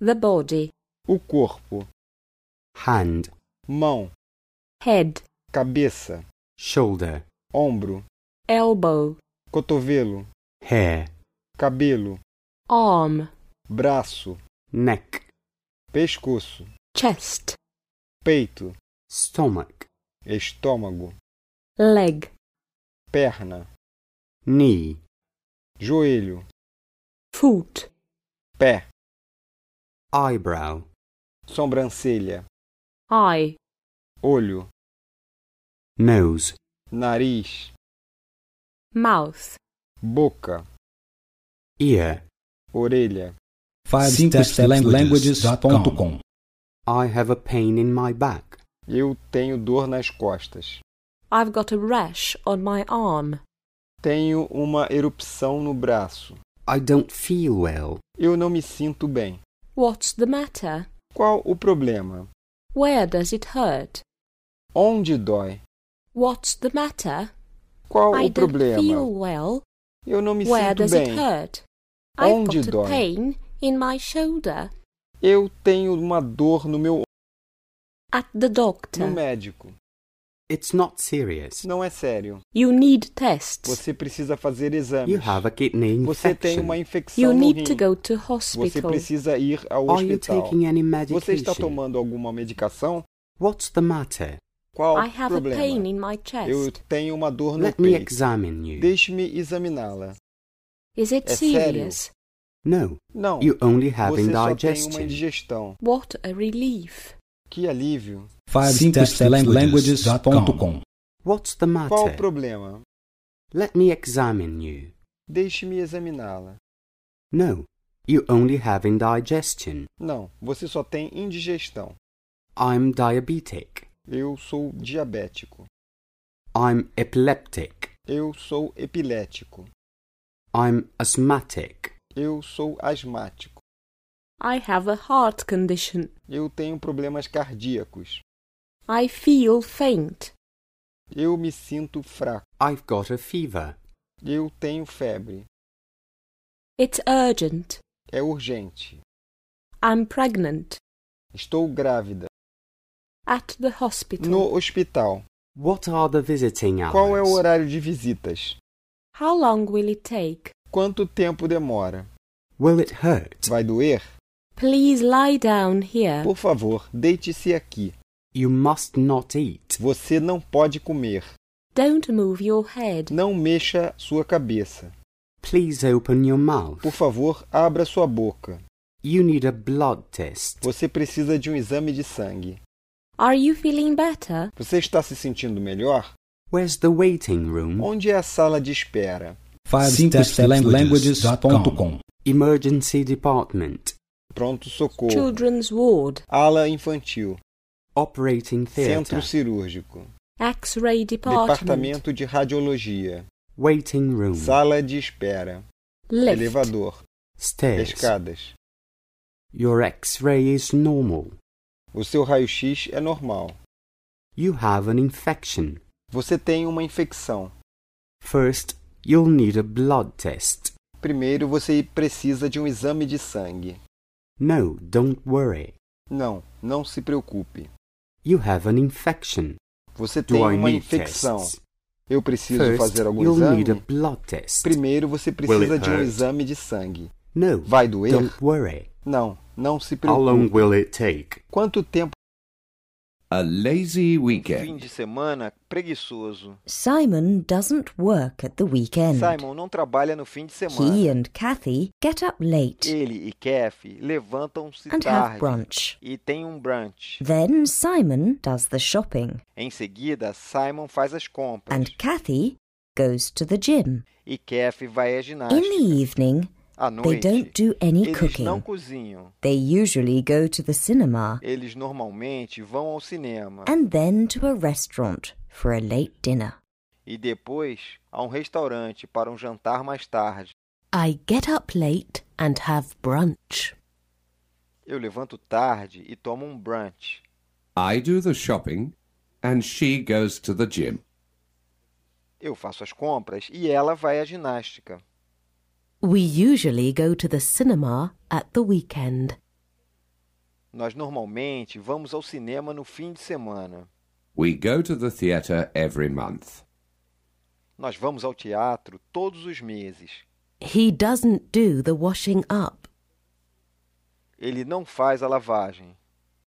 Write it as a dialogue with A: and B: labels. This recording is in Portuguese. A: the body,
B: o corpo,
C: hand,
B: mão,
A: head,
B: cabeça,
C: shoulder,
B: ombro,
A: elbow,
B: cotovelo,
C: hair,
B: cabelo,
A: arm,
B: braço,
C: neck,
B: pescoço,
A: chest,
B: peito,
C: stomach,
B: estômago,
A: leg,
B: perna,
C: knee,
B: joelho,
A: foot,
B: pé,
C: eyebrow,
B: sobrancelha,
A: eye,
B: olho,
C: nose,
B: nariz,
A: mouth,
B: boca,
C: ear.
B: orelha.
D: 5stepslanguages.com
C: I have a pain in my back.
B: Eu tenho dor nas costas.
A: I've got a rash on my arm,
B: Tenho uma erupção no braço.
C: I don't feel well.
B: Eu não me sinto bem.
A: what's the matter?
B: Qual o problema?
A: Where does it hurt?
B: Onde dói?
A: What's the matter?
B: Qual
A: I
B: o
A: don't
B: Oh, problema?
A: feel well.
B: Eu não me
A: Where
B: sinto
A: does
B: bem.
A: it hurt? I've
B: Onde
A: got a
B: dói?
A: pain in my shoulder.
B: Eu tenho uma dor no meu
A: At the
B: no
A: doctor.
B: médico.
C: It's not serious.
B: Não é sério.
A: You need tests.
B: Você precisa fazer exames.
C: You have a kidney
B: Você tem
C: infection.
B: uma infecção
A: You
B: no
A: need
B: rim.
A: to go to
B: Você
A: hospital.
B: precisa ir ao
C: Are you
B: hospital.
C: taking any
B: Você está
C: medication?
B: tomando alguma medicação?
C: What's the matter?
B: Qual
A: I
B: o
A: have a pain
B: problema?
A: in my
B: Eu
A: chest.
B: tenho uma dor no
C: Let me
B: peito.
C: examine you.
B: Deixe-me examiná-la.
A: Is it
B: É sério?
A: serious?
C: No,
B: Não.
C: you only have
B: Você só tem uma
C: indigestion.
B: indigestão.
A: What a relief.
B: Que alívio.
D: 5stepslanguages.com
C: What's the
B: Qual o
C: matter?
B: problema?
C: Let me examine you.
B: Deixe-me examiná-la.
C: No, you only have indigestion.
B: Não, você só tem indigestão.
C: I'm diabetic.
B: Eu sou diabético.
C: I'm epileptic.
B: Eu sou epilético.
C: I'm asthmatic.
B: Eu sou asmático.
A: I have a heart condition.
B: Eu tenho problemas cardíacos.
A: I feel faint.
B: Eu me sinto fraco.
C: I've got a fever.
B: Eu tenho febre.
A: It's urgent.
B: É urgente.
A: I'm pregnant.
B: Estou grávida.
A: At the hospital.
B: No hospital.
C: What are the visiting hours?
B: Qual é o horário de visitas?
A: How long will it take?
B: Quanto tempo demora?
C: Will it hurt?
B: Vai doer?
A: Please lie down here.
B: Por favor, deite-se aqui.
C: You must not eat.
B: Você não pode comer.
A: Don't move your head.
B: Não mexa sua cabeça.
C: Please open your mouth.
B: Por favor, abra sua boca.
C: You need a blood test.
B: Você precisa de um exame de sangue.
A: Are you feeling better?
B: Você está se sentindo melhor?
C: Where's the waiting room?
B: Onde é a sala de espera?
D: 5stepslanguages.com
C: Emergency department.
B: Pronto socorro.
A: Children's ward.
B: Ala infantil.
C: Operating theatre.
B: Centro cirúrgico.
A: X-ray
C: Tá
A: department.
B: Departamento de radiologia.
C: Waiting room.
B: Sala de espera.
A: Lift.
B: Elevador.
C: Stairs.
B: Escadas.
C: Your X-ray is normal.
B: O seu raio-x é normal.
C: You have an infection.
B: Você tem uma infecção.
C: First, you'll need a blood test.
B: Primeiro você precisa de um exame de sangue.
C: No, don't worry.
B: Não, não se preocupe.
C: You have an infection.
B: Você tem
C: Do I
B: uma
C: need
B: infecção.
C: tests?
B: Eu preciso
C: First,
B: fazer algum
C: you'll
B: exame?
C: need a blood test.
B: Primeiro você
C: Will
B: precisa
C: it
B: de um
C: hurt?
B: exame de sangue.
C: No,
B: Vai doer?
C: don't worry.
B: Não, não se
C: How long
B: preocupe.
C: will it take?
B: Quanto tempo?
E: A lazy weekend.
B: de semana preguiçoso.
F: Simon doesn't work at the weekend.
B: não trabalha no fim de
F: He and Kathy get up late
B: Ele e Kef levantam-se
F: and have brunch.
B: e tem um brunch.
F: Then Simon does the shopping
B: Em seguida, Simon faz as compras
F: and Kathy goes to the gym.
B: e Kef vai à
F: In the evening,
B: À
F: they don't do any
B: Eles não
F: cooking.
B: cozinham.
F: They usually go to the cinema
B: Eles normalmente vão ao cinema
F: and then to a restaurant for a late dinner.
B: e depois a um restaurante para um jantar mais tarde.
G: I get up late and have brunch.
B: Eu levanto tarde e tomo um brunch.
E: I do the shopping and she goes to the gym.
B: Eu faço as compras e ela vai à ginástica.
G: We usually go to the cinema at the weekend.
B: Nós normalmente vamos ao cinema no fim de semana.
E: We go to the theatre every month.
B: Nós vamos ao teatro todos os meses.
A: He doesn't do the washing up.
B: Ele não faz a lavagem.